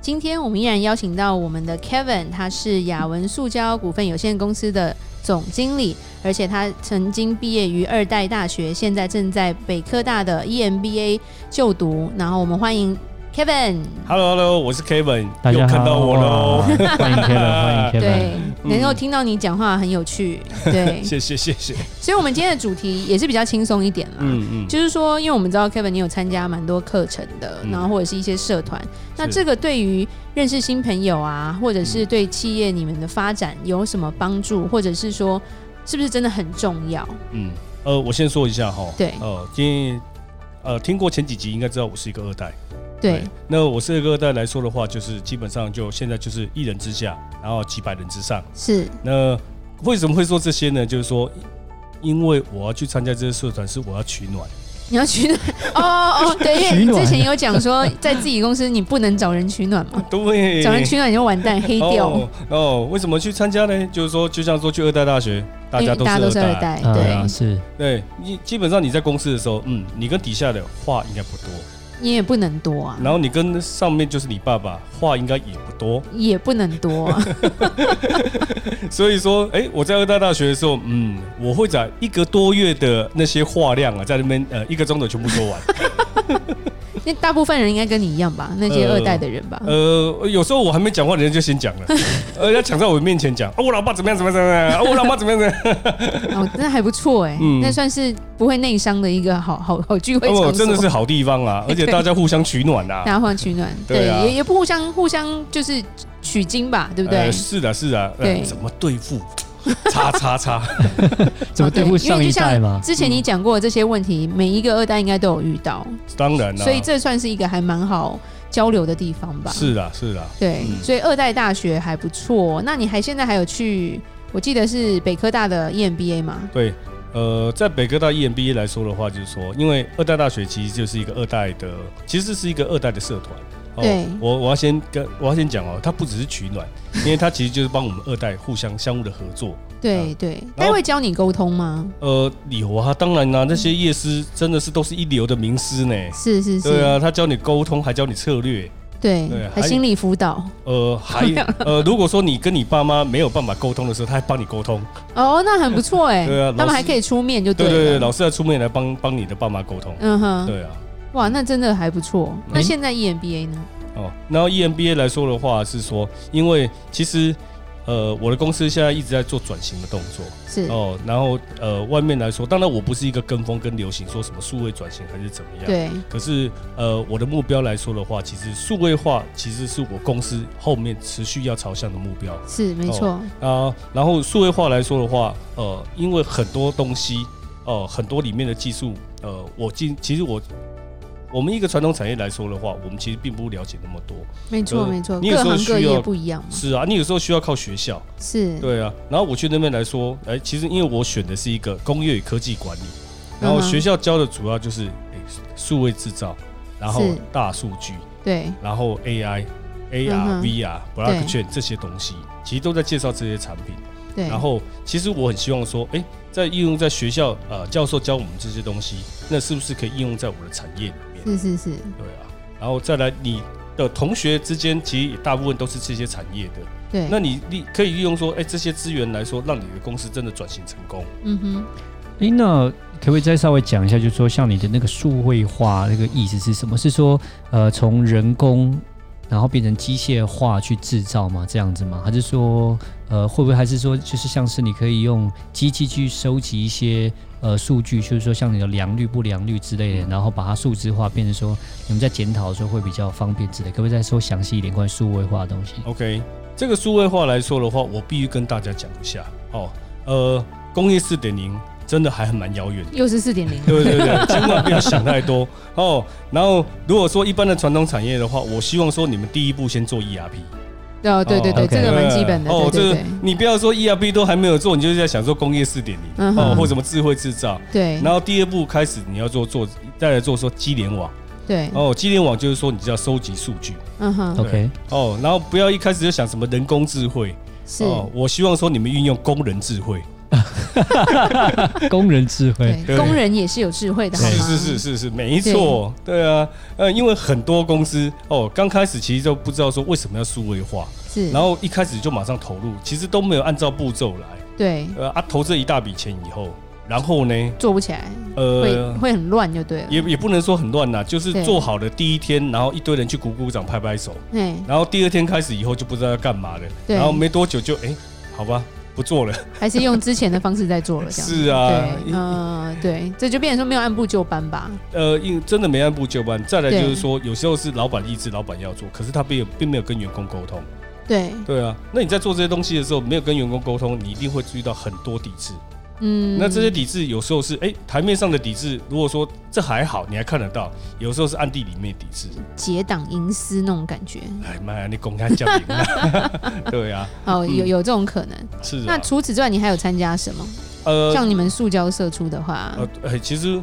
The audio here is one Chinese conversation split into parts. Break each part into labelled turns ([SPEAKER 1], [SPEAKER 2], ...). [SPEAKER 1] 今天我们依然邀请到我们的 Kevin，他是雅文塑胶股份有限公司的总经理，而且他曾经毕业于二代大学，现在正在北科大的 E EMBA 就读。然后我们欢迎 Kevin。
[SPEAKER 2] Hello Hello，我是 Kevin，
[SPEAKER 3] 大
[SPEAKER 2] 又
[SPEAKER 3] 家好，
[SPEAKER 2] 看到我
[SPEAKER 3] 哇
[SPEAKER 2] 喽，
[SPEAKER 3] 欢迎 Kevin，欢迎 Kevin。
[SPEAKER 1] 对，能够听到你讲话很有趣， 对，
[SPEAKER 2] 谢谢谢谢，
[SPEAKER 1] 所以我们今天的主题也是比较轻松一点啦。
[SPEAKER 2] 嗯嗯，
[SPEAKER 1] 就是说，因为我们知道 Kevin 你有参加蛮多课程的，
[SPEAKER 2] 嗯
[SPEAKER 1] 然后或者是一些社团，那
[SPEAKER 2] 是
[SPEAKER 1] 这个对于认识新朋友啊，或者
[SPEAKER 2] 嗯
[SPEAKER 1] 是对企业你们的发展有什么帮助，或者是说是不是真的很重要？
[SPEAKER 2] 嗯，呃，我先说一下哈，
[SPEAKER 1] 对
[SPEAKER 2] 呃，因为呃，听过前几集应该知道我是一个二代，
[SPEAKER 1] 对，
[SPEAKER 2] 那我是一个二代来说的话，就是基本上就现在就是一人之下，然后几百人之上。
[SPEAKER 1] 是
[SPEAKER 2] 那为什么会说这些呢？就是说，因为我要去参加这些社团，是我要取暖，
[SPEAKER 1] 你要 取暖哦哦，对，
[SPEAKER 3] 取
[SPEAKER 1] 因为
[SPEAKER 3] 暖
[SPEAKER 1] 之前有讲说，在自己公司你不能找人取暖嘛，
[SPEAKER 2] 对，
[SPEAKER 1] 找人取暖你就完蛋，黑掉。
[SPEAKER 2] 哦哦，为什么去参加呢？就是说，就像说去二代大学，大
[SPEAKER 1] 因
[SPEAKER 2] 家
[SPEAKER 1] 为
[SPEAKER 2] 都
[SPEAKER 1] 哎大家都是
[SPEAKER 2] 是
[SPEAKER 1] 二
[SPEAKER 2] 二代。
[SPEAKER 1] 代，
[SPEAKER 3] 啊
[SPEAKER 1] 对，
[SPEAKER 3] 是
[SPEAKER 2] 对你基本上你在公司的时候，嗯，你跟底下的话应该不多，
[SPEAKER 1] 你也不能多啊，
[SPEAKER 2] 然后你跟上面就是你爸爸话应该也不多，
[SPEAKER 1] 也不能多、啊，
[SPEAKER 2] 所以说，哎、我在二代大学的时候，嗯，我会在一个多月的那些话量啊，在那边呃一个钟头全部 说完。
[SPEAKER 1] 那大部分人应该跟你一样吧，那些
[SPEAKER 2] 呃
[SPEAKER 1] 二代的人吧，
[SPEAKER 2] 呃，有时候我还没讲话，人家就 先讲了，呃，人家抢在我面前讲，啊，我老爸怎么样怎么样怎么样，啊，我老妈怎么样怎么样，
[SPEAKER 1] 哦，那还不错哎、
[SPEAKER 2] 嗯
[SPEAKER 1] 那算是不会内伤的一个好好好 聚会场所，
[SPEAKER 2] 哦，真的是好地方啊，而且大家互相取暖啊
[SPEAKER 1] 大。家互相取暖，
[SPEAKER 2] 对啊
[SPEAKER 1] 也也不互相互相就是取经吧， 对不对？
[SPEAKER 2] 呃是的，是的，呃
[SPEAKER 1] 对
[SPEAKER 2] 怎么对付？叉叉叉，
[SPEAKER 3] 怎么
[SPEAKER 1] 哦
[SPEAKER 3] 对付上一代嘛？
[SPEAKER 1] 之前你
[SPEAKER 2] 嗯
[SPEAKER 1] 讲过的这些问题，每一个二代应该都有遇到，
[SPEAKER 2] 当然啊啦、
[SPEAKER 1] 所以这算是一个还蛮好交流的地方吧。，
[SPEAKER 2] 是啦，是啦，
[SPEAKER 1] 对，
[SPEAKER 2] 嗯
[SPEAKER 1] 所以二代大学还不错。那你还现在还有去？我记得是北科大的 E EMBA 嘛？
[SPEAKER 2] 对，呃，在北科大 EMBA 来说的话，就是说，因为二代大学其实就是一个二代的，其实是一个二代的社团。哦
[SPEAKER 1] 对
[SPEAKER 2] 我我要先跟我要先讲哦，它不只是取暖， 因为它其实就是帮我们二代互相相互的合作。
[SPEAKER 1] 对对，
[SPEAKER 2] 啊
[SPEAKER 1] 他
[SPEAKER 2] 然后
[SPEAKER 1] 会教你沟通吗？
[SPEAKER 2] 呃，有啊，当然啦、那些夜师真的是都是一流的名师呢。
[SPEAKER 1] 是是是，
[SPEAKER 2] 对啊，他教你沟通，还教你策略。
[SPEAKER 1] 对
[SPEAKER 2] 对
[SPEAKER 1] 还
[SPEAKER 2] 还
[SPEAKER 1] 心理辅导。
[SPEAKER 2] 呃， 还
[SPEAKER 1] 啊
[SPEAKER 2] 呃，如果说你跟你爸妈没有办法沟通的时候，他还帮你沟通。
[SPEAKER 1] 哦，那很不 错哎、
[SPEAKER 2] 对啊
[SPEAKER 1] 他
[SPEAKER 2] 老
[SPEAKER 1] 们
[SPEAKER 2] 师
[SPEAKER 1] 还可以出面就
[SPEAKER 2] 对
[SPEAKER 1] 了。
[SPEAKER 2] 对对，老师要出面来帮帮你的爸妈沟通。
[SPEAKER 1] 啊嗯哼，
[SPEAKER 2] 对啊。
[SPEAKER 1] 哇，那真的还不错。那
[SPEAKER 3] 嗯
[SPEAKER 1] 现在 E EMBA 呢？
[SPEAKER 2] 哦，然后 EMBA 来说的话是说，因为其实呃我的公司现在一直在做转型的动作
[SPEAKER 1] 是，
[SPEAKER 2] 哦，然后呃外面来说，当然我不是一个跟风跟流行说什么数位转型还是怎么样，。
[SPEAKER 1] 对，
[SPEAKER 2] 可是呃我的目标来说的话，其实数位化其实是我公司后面持续要朝向的目标
[SPEAKER 1] 是没错，
[SPEAKER 2] 啊。然后数位化来说的话，呃因为很多东西呃很多里面的技术呃我今其实我。我们一个传统产业来说的话，我们其实并不了解那么多。
[SPEAKER 1] 没错
[SPEAKER 2] 呃
[SPEAKER 1] 没错，
[SPEAKER 2] 你有
[SPEAKER 1] 各
[SPEAKER 2] 时候
[SPEAKER 1] 行各
[SPEAKER 2] 需
[SPEAKER 1] 业
[SPEAKER 2] 要
[SPEAKER 1] 不一样嘛。
[SPEAKER 2] 是啊，你有时候需要靠学校，
[SPEAKER 1] 是，
[SPEAKER 2] 对啊。然后我去那边来说，哎、其实因为我选的是一个工业与科技管理，然后
[SPEAKER 1] 嗯哼
[SPEAKER 2] 学校教的主要就是哎数、位制造，然后
[SPEAKER 1] 是
[SPEAKER 2] 大数据，
[SPEAKER 1] 对
[SPEAKER 2] 然后 AI、
[SPEAKER 1] 嗯
[SPEAKER 2] AR、
[SPEAKER 1] 哼
[SPEAKER 2] VR、blockchain 这些东西，其实都在介绍这些产品。
[SPEAKER 1] 对，
[SPEAKER 2] 然后其实我很希望说，哎、在应用在学校呃教授教我们这些东西，那是不是可以应用在我的产业里面？
[SPEAKER 1] 是是是，
[SPEAKER 2] 对啊。然后再来你。的同学之间其实也大部分都是这些产业的，
[SPEAKER 1] 对，
[SPEAKER 2] 那你利可以利用说，哎、这些资源来说，让你的公司真的转型成功。
[SPEAKER 1] 嗯哼，
[SPEAKER 3] 诶，那可不可以再稍微讲一下，就是说像你的那个数位化那个意思是什么？是说呃，从人工然后变成机械化去制造吗？这样子吗？还是说呃，会不会还是说就是像是你可以用机器去收集一些呃数据，就是说像你的良率不良率之类的，然后把它数字化，变成说你们在检讨的时候会比较方便之类？可不可以再说详细一点关于数位化的东西？
[SPEAKER 2] OK，这个数位化来说的话，我必须跟大家讲一下哦。呃，工业四点零真的还蛮遥远的，
[SPEAKER 1] 又是四点零，
[SPEAKER 2] 对对对， 千万不要想太多哦。然后，如果说一般的传统产业的话，我希望说你们第一步先做 ERP。
[SPEAKER 1] 哦，对对对，
[SPEAKER 3] 哦
[SPEAKER 1] 这个蛮基本的，
[SPEAKER 2] 哦
[SPEAKER 1] 对，
[SPEAKER 2] 这
[SPEAKER 1] 对
[SPEAKER 2] 个你不要说 ERP 都还没有做，你就是在想说工业四点
[SPEAKER 1] 嗯
[SPEAKER 2] 零
[SPEAKER 1] 哼
[SPEAKER 2] 哦，或什么智慧制造。
[SPEAKER 1] 对
[SPEAKER 2] 然后第二步开始你要做做，再来做说机联网。
[SPEAKER 1] 对对，
[SPEAKER 2] 哦，机联网就是说你就要收集数据
[SPEAKER 1] 嗯哼，
[SPEAKER 3] OK，
[SPEAKER 2] 哦，然后不要一开始就想什么人工智慧
[SPEAKER 1] 是，
[SPEAKER 2] 哦，我希望说你们运用工人智慧。
[SPEAKER 3] 工人智慧，
[SPEAKER 1] 对，
[SPEAKER 2] 对
[SPEAKER 1] 工人也是有智慧的，好
[SPEAKER 2] 是
[SPEAKER 1] 吗？
[SPEAKER 2] 是是是是，没错，对啊，呃，因为很多公司哦，刚开始其实都不知道说为什么要数位化，
[SPEAKER 1] 是，
[SPEAKER 2] 然后一开始就马上投入，其实都没有按照步骤来，
[SPEAKER 1] 对，
[SPEAKER 2] 呃啊，投这一大笔钱以后，然后呢，
[SPEAKER 1] 做不起来，会
[SPEAKER 2] 呃，
[SPEAKER 1] 会很乱就对了，
[SPEAKER 2] 也也不能说很乱啦，就
[SPEAKER 1] 对
[SPEAKER 2] 是做好的第一天，然后一堆人去鼓鼓掌、拍拍手，
[SPEAKER 1] 哎，
[SPEAKER 2] 然后第二天开始以后就不知道要干嘛了，
[SPEAKER 1] 对
[SPEAKER 2] 然后没多久就哎，好吧，不做了，
[SPEAKER 1] 还是用之前的方式在做了，这样子
[SPEAKER 2] 是啊
[SPEAKER 1] 对，嗯，对，这就变成说没有按部就班吧，
[SPEAKER 2] 呃，因真的没按部就班。再来就
[SPEAKER 1] 对
[SPEAKER 2] 是说，有时候是老板意志，老板要做，可是他并并没有跟员工沟通。
[SPEAKER 1] 对，
[SPEAKER 2] 对啊，那你在做这些东西的时候，没有跟员工沟通，你一定会注意到很多抵制。
[SPEAKER 1] 嗯，
[SPEAKER 2] 那这些抵制有时候是哎、台面上的抵制，如果说这还好，你还看得到；有时候是暗地里面抵制，
[SPEAKER 1] 结党营私那种感觉，
[SPEAKER 2] 哎妈呀，你公开叫名啊！ 对啊，
[SPEAKER 1] 哦，有
[SPEAKER 2] 嗯
[SPEAKER 1] 有这种可能。
[SPEAKER 2] 是
[SPEAKER 1] 那
[SPEAKER 2] 啊，
[SPEAKER 1] 除此之外，你还有参加什么？
[SPEAKER 2] 呃
[SPEAKER 1] 像你们塑胶社出的话，
[SPEAKER 2] 呃，哎其实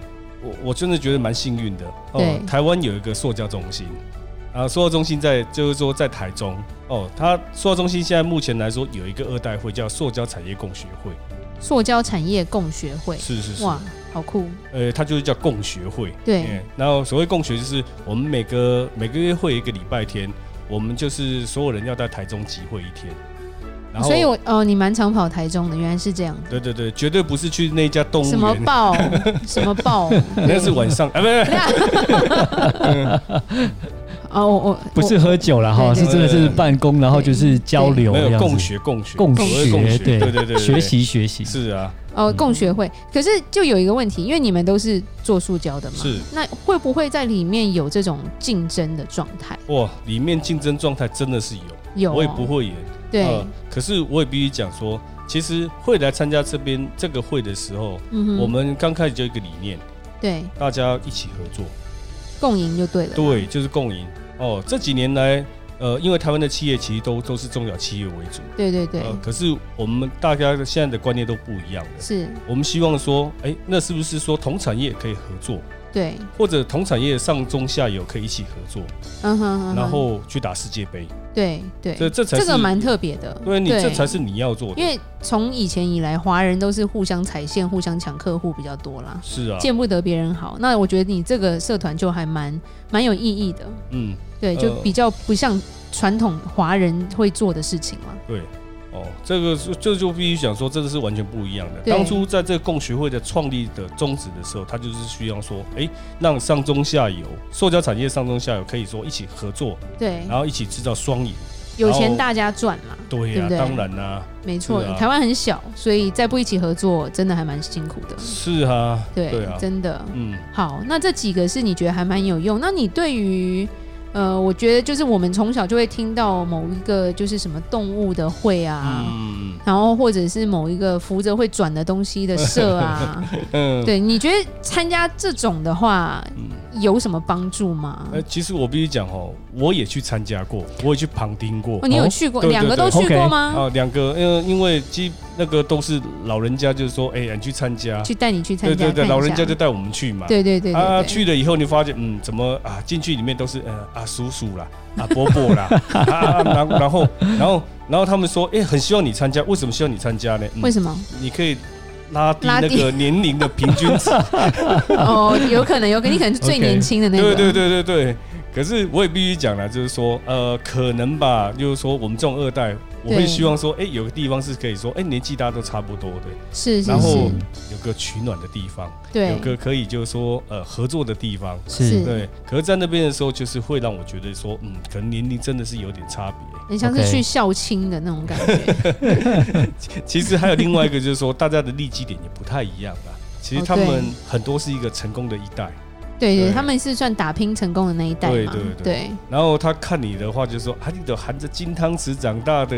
[SPEAKER 2] 我我真的觉得蛮幸运的
[SPEAKER 1] 对
[SPEAKER 2] 哦。台湾有一个塑胶中心。啊，塑胶中心在就是说在台中哦，它塑胶中心现在目前来说有一个二代会叫塑胶产业共学会，
[SPEAKER 1] 塑胶产业共学会，
[SPEAKER 2] 是是是，
[SPEAKER 1] 哇，好酷！
[SPEAKER 2] 呃，它就是叫共学会，
[SPEAKER 1] 对
[SPEAKER 2] 嗯，然后所谓共学就是我们每个每个月会有一个礼拜天，我们就是所有人要在台中集会一天。然后，
[SPEAKER 1] 所以我哦，你蛮常跑台中的，原来是这样的。
[SPEAKER 2] 对对对，绝对不是去那家动物
[SPEAKER 1] 什么
[SPEAKER 2] 园，
[SPEAKER 1] 报？什么报？
[SPEAKER 2] 那是晚上啊，不 是不是
[SPEAKER 1] 哦，我我
[SPEAKER 3] 不是喝酒了哈，
[SPEAKER 1] 对对
[SPEAKER 3] 是真的
[SPEAKER 2] 对
[SPEAKER 3] 是
[SPEAKER 2] 对
[SPEAKER 3] 办公，然后就是交流，
[SPEAKER 2] 没
[SPEAKER 3] 这
[SPEAKER 2] 有
[SPEAKER 3] 样子
[SPEAKER 2] 共学共学
[SPEAKER 3] 共
[SPEAKER 2] 所谓
[SPEAKER 3] 学
[SPEAKER 2] 共学，
[SPEAKER 3] 对
[SPEAKER 2] 对对对对，
[SPEAKER 3] 学习学习，
[SPEAKER 2] 是啊，
[SPEAKER 1] 哦共学会。可是就有一个问题，因为你们都是做塑胶的嘛，
[SPEAKER 2] 是
[SPEAKER 1] 那会不会在里面有这种竞争的状态？
[SPEAKER 2] 哇，里面竞争状态真的是有，
[SPEAKER 1] 有哦，
[SPEAKER 2] 我也不会演，
[SPEAKER 1] 对
[SPEAKER 2] 呃，可是我也必须讲说，其实会来参加这边这个会的时候，
[SPEAKER 1] 嗯哼
[SPEAKER 2] 我们刚开始就有一个理念，
[SPEAKER 1] 对
[SPEAKER 2] 大家一起合作。
[SPEAKER 1] 共赢就对了。
[SPEAKER 2] 对，就是共赢。哦，这几年来，呃，因为台湾的企业其实都都是中小企业为主，
[SPEAKER 1] 对对对，
[SPEAKER 2] 呃，可是我们大家现在的观念都不一样了。
[SPEAKER 1] 是，
[SPEAKER 2] 我们希望说，哎，那是不是说同产业可以合作，
[SPEAKER 1] 对，
[SPEAKER 2] 或者同产业上中下游可以一起合作，
[SPEAKER 1] 嗯哼嗯哼，
[SPEAKER 2] 然后去打世界杯？
[SPEAKER 1] 对对，
[SPEAKER 2] 这这才是
[SPEAKER 1] 这个蛮特别的，
[SPEAKER 2] 对你这才是你要做
[SPEAKER 1] 因
[SPEAKER 2] 的。
[SPEAKER 1] 为从以前以来，华人都是互相踩线、互相抢客户比较多啦，
[SPEAKER 2] 是啊，
[SPEAKER 1] 见不得别人好。那我觉得你这个社团就还蛮蛮有意义的，
[SPEAKER 2] 嗯，
[SPEAKER 1] 对，就
[SPEAKER 2] 呃
[SPEAKER 1] 比较不像传统华人会做的事情了。
[SPEAKER 2] 对。哦，这个是这就必须讲说，这个是完全不一样的。
[SPEAKER 1] 对
[SPEAKER 2] 当初在这个共学会的创立的宗旨的时候，它就是需要说，哎、让上中下游塑胶产业上中下游可以说一起合作，
[SPEAKER 1] 对，
[SPEAKER 2] 然后一起制造双赢。
[SPEAKER 1] 有钱大家赚嘛，
[SPEAKER 2] 对
[SPEAKER 1] 对
[SPEAKER 2] 呀、
[SPEAKER 1] 不对
[SPEAKER 2] 当然啦、
[SPEAKER 1] 没错。
[SPEAKER 2] 是啊
[SPEAKER 1] 台湾很小，所以再不一起合作，真的还蛮辛苦的。
[SPEAKER 2] 是啊，
[SPEAKER 1] 对，
[SPEAKER 2] 啊，
[SPEAKER 1] 真的。
[SPEAKER 2] 嗯，
[SPEAKER 1] 好，那这几个是你觉得还蛮有用。那你对于呃，我觉得就是我们从小就会听到某一个就是什么动物的会啊，
[SPEAKER 2] 嗯
[SPEAKER 1] 然后或者是某一个扶着会转的东西的社啊，
[SPEAKER 2] 嗯，
[SPEAKER 1] 对，你觉得参加这种的话
[SPEAKER 2] 嗯，
[SPEAKER 1] 有什么帮助吗？
[SPEAKER 2] 呃，其实我必须讲哦，我也去参加过，我也去旁听过
[SPEAKER 1] 哦，。你有
[SPEAKER 3] 哦
[SPEAKER 1] 去过，
[SPEAKER 2] 对对
[SPEAKER 1] 两个都
[SPEAKER 3] 对
[SPEAKER 1] 去过
[SPEAKER 3] OK
[SPEAKER 1] 吗？
[SPEAKER 2] 啊，两个，呃，因为基那个都是老人家，就是说，哎、你去参加，
[SPEAKER 1] 去带你去参
[SPEAKER 2] 对
[SPEAKER 1] 加，
[SPEAKER 2] 对对，
[SPEAKER 1] 看一
[SPEAKER 2] 老人
[SPEAKER 1] 下
[SPEAKER 2] 家就带我们去嘛。
[SPEAKER 1] 对对对对
[SPEAKER 2] 啊，
[SPEAKER 1] 对，
[SPEAKER 2] 去了以后你发现，嗯，怎么啊，进去里面都是呃啊叔叔啦， 啊伯伯啦，啊啊，然后然后然后然后他们说，哎、很希望你参加，为什么希望你参加呢？嗯、
[SPEAKER 1] 为什么？
[SPEAKER 2] 你可以拉低
[SPEAKER 1] 拉
[SPEAKER 2] 那
[SPEAKER 1] 低
[SPEAKER 2] 个年龄的平均值。
[SPEAKER 1] 哦，有可能，有可能，你可能是最
[SPEAKER 3] OK
[SPEAKER 1] 年轻的 那个，
[SPEAKER 2] 对对对对对。可是我也必须讲了，就是说，呃，可能吧，就是说我们这种二代，我
[SPEAKER 1] 对
[SPEAKER 2] 会希望说，哎、有个地方是可以说，哎、年纪大家都差不多的，
[SPEAKER 1] 是是
[SPEAKER 2] 然后
[SPEAKER 1] 是，
[SPEAKER 2] 有个取暖的地方，有
[SPEAKER 1] 对
[SPEAKER 2] 个可以就是说，呃，合作的地方。
[SPEAKER 3] 是
[SPEAKER 1] 是
[SPEAKER 2] 对，可是，在那边的时候，就是会让我觉得说，嗯，可能年龄真的是有点差别。
[SPEAKER 1] 很像是
[SPEAKER 3] OK
[SPEAKER 1] 去校庆的那种感觉。
[SPEAKER 2] 其实还有另外一个，就是说，大家的利基点也不太一样啦。其
[SPEAKER 1] 哦
[SPEAKER 2] 实他
[SPEAKER 1] 对
[SPEAKER 2] 们很多是一个成功的一代，
[SPEAKER 1] 对对，
[SPEAKER 2] 对
[SPEAKER 1] 他们是算打拼成功的那一代嘛，
[SPEAKER 2] 对对对
[SPEAKER 1] 对
[SPEAKER 2] 然后他看你的话，就说，啊，你都含着金汤匙长大的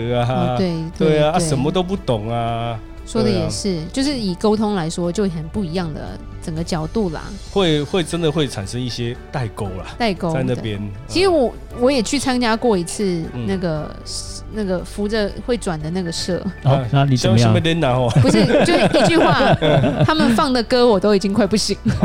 [SPEAKER 1] 哦
[SPEAKER 2] 啊，
[SPEAKER 1] 对
[SPEAKER 2] 对啊，啊什么
[SPEAKER 1] 都
[SPEAKER 2] 都不懂啊，
[SPEAKER 1] 说的
[SPEAKER 2] 对啊
[SPEAKER 1] 也是，就是以沟通来说，就很不一样的整个角度啦，
[SPEAKER 2] 会会真的会产生一些代沟啦，
[SPEAKER 1] 代沟
[SPEAKER 2] 在那
[SPEAKER 1] 对
[SPEAKER 2] 边。
[SPEAKER 1] 其实我我也去参加过一次
[SPEAKER 2] 嗯
[SPEAKER 1] 那个、那个扶着会转的那个社，
[SPEAKER 3] 好，那你怎么
[SPEAKER 2] 像
[SPEAKER 3] 样
[SPEAKER 2] 是？被 Lena 哦，
[SPEAKER 1] 不是就一句 话，他们放的歌我都已经快不行了，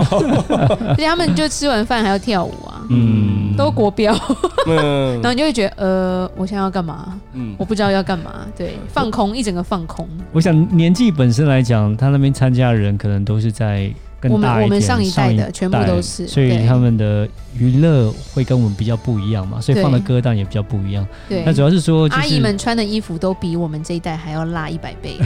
[SPEAKER 1] 而且他们就吃完饭还要跳舞啊，
[SPEAKER 3] 嗯，
[SPEAKER 1] 都国标，
[SPEAKER 2] 嗯
[SPEAKER 1] 然后你就会觉得呃，我现在要干嘛？
[SPEAKER 2] 嗯
[SPEAKER 1] 我不知道要干嘛，对，放空一整个放空。
[SPEAKER 3] 我想年纪本身来讲，他那边参加的人可能都是在
[SPEAKER 1] 我
[SPEAKER 3] 更
[SPEAKER 1] 们
[SPEAKER 3] 大
[SPEAKER 1] 我
[SPEAKER 3] 一点，
[SPEAKER 1] 们上一代的全部都
[SPEAKER 3] 代
[SPEAKER 1] 是，
[SPEAKER 3] 所以
[SPEAKER 1] 对
[SPEAKER 3] 他们的娱乐会跟我们比较不一样嘛，所以
[SPEAKER 1] 对
[SPEAKER 3] 放的歌当然也比较不一样。
[SPEAKER 1] 对
[SPEAKER 3] 那主要是说，就
[SPEAKER 1] 阿姨
[SPEAKER 3] 是
[SPEAKER 1] 们穿的衣服都比我们这一代还要辣一百 倍，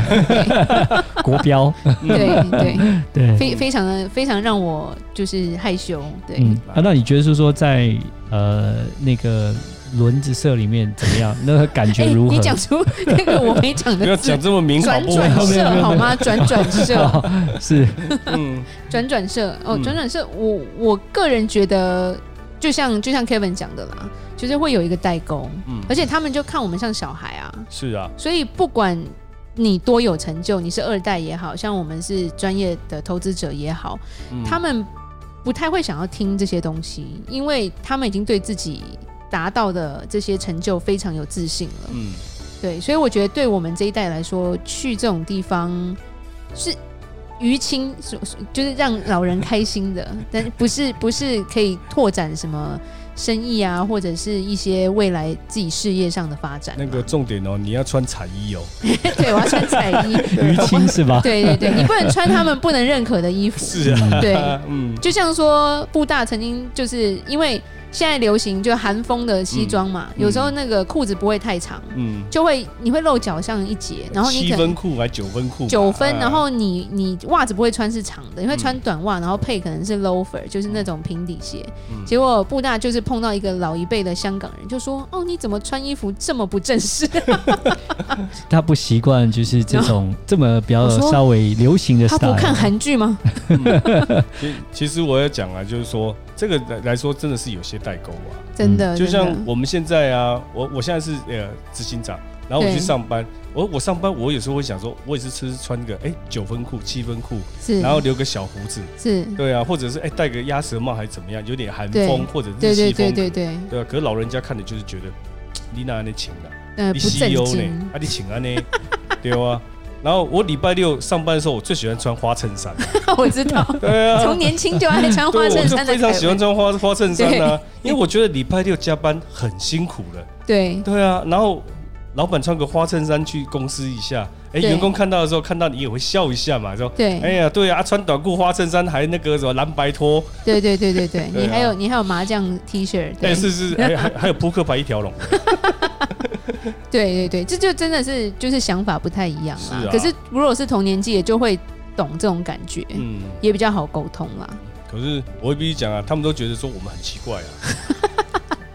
[SPEAKER 3] 国 标，
[SPEAKER 2] 嗯
[SPEAKER 1] 对对，
[SPEAKER 3] 对，
[SPEAKER 1] 非非常的非常让我就是害羞，对。
[SPEAKER 3] 嗯，啊，那你觉得是说在呃那个轮子社里面怎么样？那个感觉
[SPEAKER 1] 哎
[SPEAKER 3] 如何？
[SPEAKER 1] 你 讲出那个我没讲
[SPEAKER 2] 不
[SPEAKER 1] 的
[SPEAKER 2] 要
[SPEAKER 1] 字
[SPEAKER 2] 讲，这么明好
[SPEAKER 1] 转
[SPEAKER 2] 不好？
[SPEAKER 1] 转
[SPEAKER 3] 没有没有没
[SPEAKER 1] 社
[SPEAKER 3] 有
[SPEAKER 1] 好吗？转 转社，
[SPEAKER 3] 哦是，
[SPEAKER 2] 嗯
[SPEAKER 1] 转转社哦，
[SPEAKER 2] 嗯
[SPEAKER 1] 转转社，我我个人觉得，就像就像 Kevin 讲的啦，就是会有一个代沟，
[SPEAKER 2] 嗯，
[SPEAKER 1] 而且他们就看我们像小孩啊，
[SPEAKER 2] 是啊，
[SPEAKER 1] 所以不管你多有成就，你是二代也好像我们是专业的投资者也好，
[SPEAKER 2] 嗯
[SPEAKER 1] 他们不太会想要听这些东西，因为他们已经对自己达到的这些成就非常有自信了。
[SPEAKER 2] 嗯
[SPEAKER 1] 对，所以我觉得对我们这一代来说，去这种地方是于亲，是是就是让老人开心 的，但不是不是可以拓展什么生意啊，或者是一些未来自己事业上的发展啊。
[SPEAKER 2] 那个重点哦，你要穿彩衣哦，
[SPEAKER 1] 对，我要穿彩 衣。
[SPEAKER 3] 于啊青是吧？
[SPEAKER 1] 对对对，你不能穿他们不能认可的衣服。
[SPEAKER 2] 是啊，
[SPEAKER 1] 对，
[SPEAKER 2] 嗯
[SPEAKER 1] 就像说布大曾经就是因为现在流行就韩风的西装嘛，
[SPEAKER 2] 嗯
[SPEAKER 1] 有时候那个裤子不会太长，
[SPEAKER 2] 嗯，
[SPEAKER 1] 就会你会露脚上一截，然后你
[SPEAKER 2] 七
[SPEAKER 1] 可能
[SPEAKER 2] 分裤还九分裤吧，
[SPEAKER 1] 九分，
[SPEAKER 2] 啊
[SPEAKER 1] 然后你你袜子不会穿是长的，你会穿短袜，然后配可能是 loafer，就是那种平底鞋。
[SPEAKER 2] 嗯
[SPEAKER 1] 结果布大就是碰到一个老一辈的香港人，就说：“哦，你怎么穿衣服这么不正式？”
[SPEAKER 3] 他不习惯就是这 种这么比较
[SPEAKER 1] 我说
[SPEAKER 3] 稍微流行的
[SPEAKER 1] 他不
[SPEAKER 3] style。
[SPEAKER 1] 看韩剧吗？
[SPEAKER 2] 嗯其其实我要讲啊，就是说这个来来说真的是有些代沟啊，
[SPEAKER 1] 真的，
[SPEAKER 2] 就像
[SPEAKER 1] 呃真的
[SPEAKER 2] 我们现在啊，我我现在是呃执行长，然后我
[SPEAKER 1] 对
[SPEAKER 2] 去上班，我我上班我有时候会想说，我也是吃穿个哎九分裤、七分裤，
[SPEAKER 1] 是，
[SPEAKER 2] 然后留个小胡子，
[SPEAKER 1] 是，
[SPEAKER 2] 对啊，或者是哎戴个鸭舌帽还是怎么样，有点韩
[SPEAKER 1] 对
[SPEAKER 2] 风或者
[SPEAKER 1] 对
[SPEAKER 2] 日
[SPEAKER 1] 对
[SPEAKER 2] 系风
[SPEAKER 1] 对
[SPEAKER 2] 格，
[SPEAKER 1] 对对，
[SPEAKER 2] 对啊，可是老人家看的就是觉得你哪那请啊，
[SPEAKER 1] 呃，
[SPEAKER 2] 你
[SPEAKER 1] 不
[SPEAKER 2] C
[SPEAKER 1] 正
[SPEAKER 2] U
[SPEAKER 1] 经
[SPEAKER 2] 呢，。啊你请啊呢，对啊。然后我礼拜六上班的时候，我最喜欢穿花衬衫。
[SPEAKER 1] 我知道，
[SPEAKER 2] 对啊，
[SPEAKER 1] 从年轻就爱穿花
[SPEAKER 2] 对，啊我
[SPEAKER 1] 衬
[SPEAKER 2] 就
[SPEAKER 1] 衫的
[SPEAKER 2] 非常喜欢
[SPEAKER 1] 凯
[SPEAKER 2] 穿花花衬衫啊，因为我觉得礼拜六加班很辛苦 了。
[SPEAKER 1] 文对
[SPEAKER 2] 对啊，然后老板穿个花衬衫去公司一下，哎，
[SPEAKER 1] 对
[SPEAKER 2] 员工看到的时候看到你也会笑一下嘛，说。哎
[SPEAKER 1] 对
[SPEAKER 2] 呀，对啊，穿短裤、花衬衫，还那个什么蓝白拖，
[SPEAKER 1] 对对对对对，
[SPEAKER 2] 对啊
[SPEAKER 1] 你还有你还有麻将 T 恤，对
[SPEAKER 2] 哎，是是，还还还有扑克牌 一条龙，
[SPEAKER 1] 对对对，这就真的是就是想法不太一样啦
[SPEAKER 2] 是。啊
[SPEAKER 1] 可是如果是同年纪，也就会懂这种感觉，
[SPEAKER 2] 嗯，
[SPEAKER 1] 也比较好沟通啦。
[SPEAKER 2] 可是我必须讲啊，他们都觉得说我们很奇 怪啊，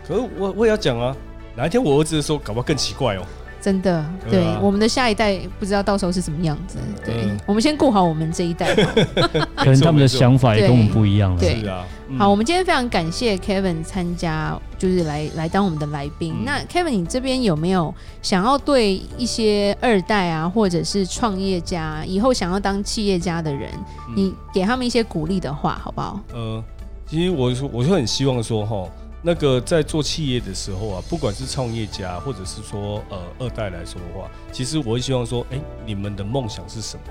[SPEAKER 2] 可是我我也要讲啊，哪一天我儿子的时候，搞不好更奇怪哦，
[SPEAKER 1] 真的，
[SPEAKER 2] 对
[SPEAKER 1] 对
[SPEAKER 2] 啊
[SPEAKER 1] 我们的下一代不知道到时候是什么样子。对
[SPEAKER 2] 嗯，
[SPEAKER 1] 我们先顾好我们这一代 吧。
[SPEAKER 3] 可能他们的想法也跟我们不一样了。
[SPEAKER 1] 对
[SPEAKER 2] 是啊，嗯
[SPEAKER 1] 好，我，们今天非常感谢 Kevin 参加，就是来来当我们的来宾。
[SPEAKER 2] 嗯
[SPEAKER 1] 那 Kevin，你这边有没有想要对一些二代啊，或者是创业家，以后想要当企业家的人，
[SPEAKER 2] 嗯
[SPEAKER 1] 你给他们一些鼓励的话，好不好？
[SPEAKER 2] 呃，其实我说，我就很希望说哈，那个在做企业的时候啊，不管是创业家或者是说呃二代来说的话，其实我会希望说，哎、你们的梦想是什么？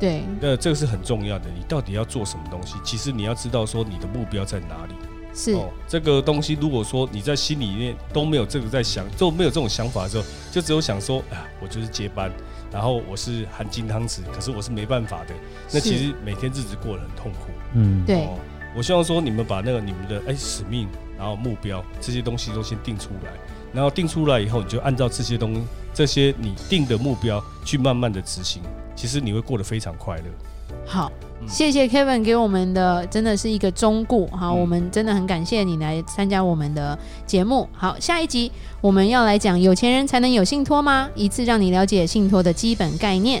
[SPEAKER 1] 对，
[SPEAKER 2] 那、这个是很重要的，你到底要做什么东西？其实你要知道说你的目标在哪里
[SPEAKER 1] 是，
[SPEAKER 2] 哦。这个东西如果说你在心里面都没有这个在想，都没有这种想法的时候，就只有想说，啊，我就是接班。然后我是含金汤匙，可是我是没办法的。
[SPEAKER 1] 是
[SPEAKER 2] 那其实每天日子过得很痛苦。
[SPEAKER 3] 嗯，
[SPEAKER 1] 对
[SPEAKER 2] 哦，我希望说你们把那个你们的哎、使命，然后目标这些东西都先定出来，然后定出来以后，你就按照这些东这些你定的目标去慢慢的执行，其实你会过得非常快乐。
[SPEAKER 1] 好。
[SPEAKER 2] 嗯
[SPEAKER 1] 谢谢 Kevin 给我们的真的是一个忠告，好，
[SPEAKER 2] 嗯
[SPEAKER 1] 我们真的很感谢你来参加我们的节目。好，下一集我们要来讲有钱人才能有信托吗？一次让你了解信托的基本概念。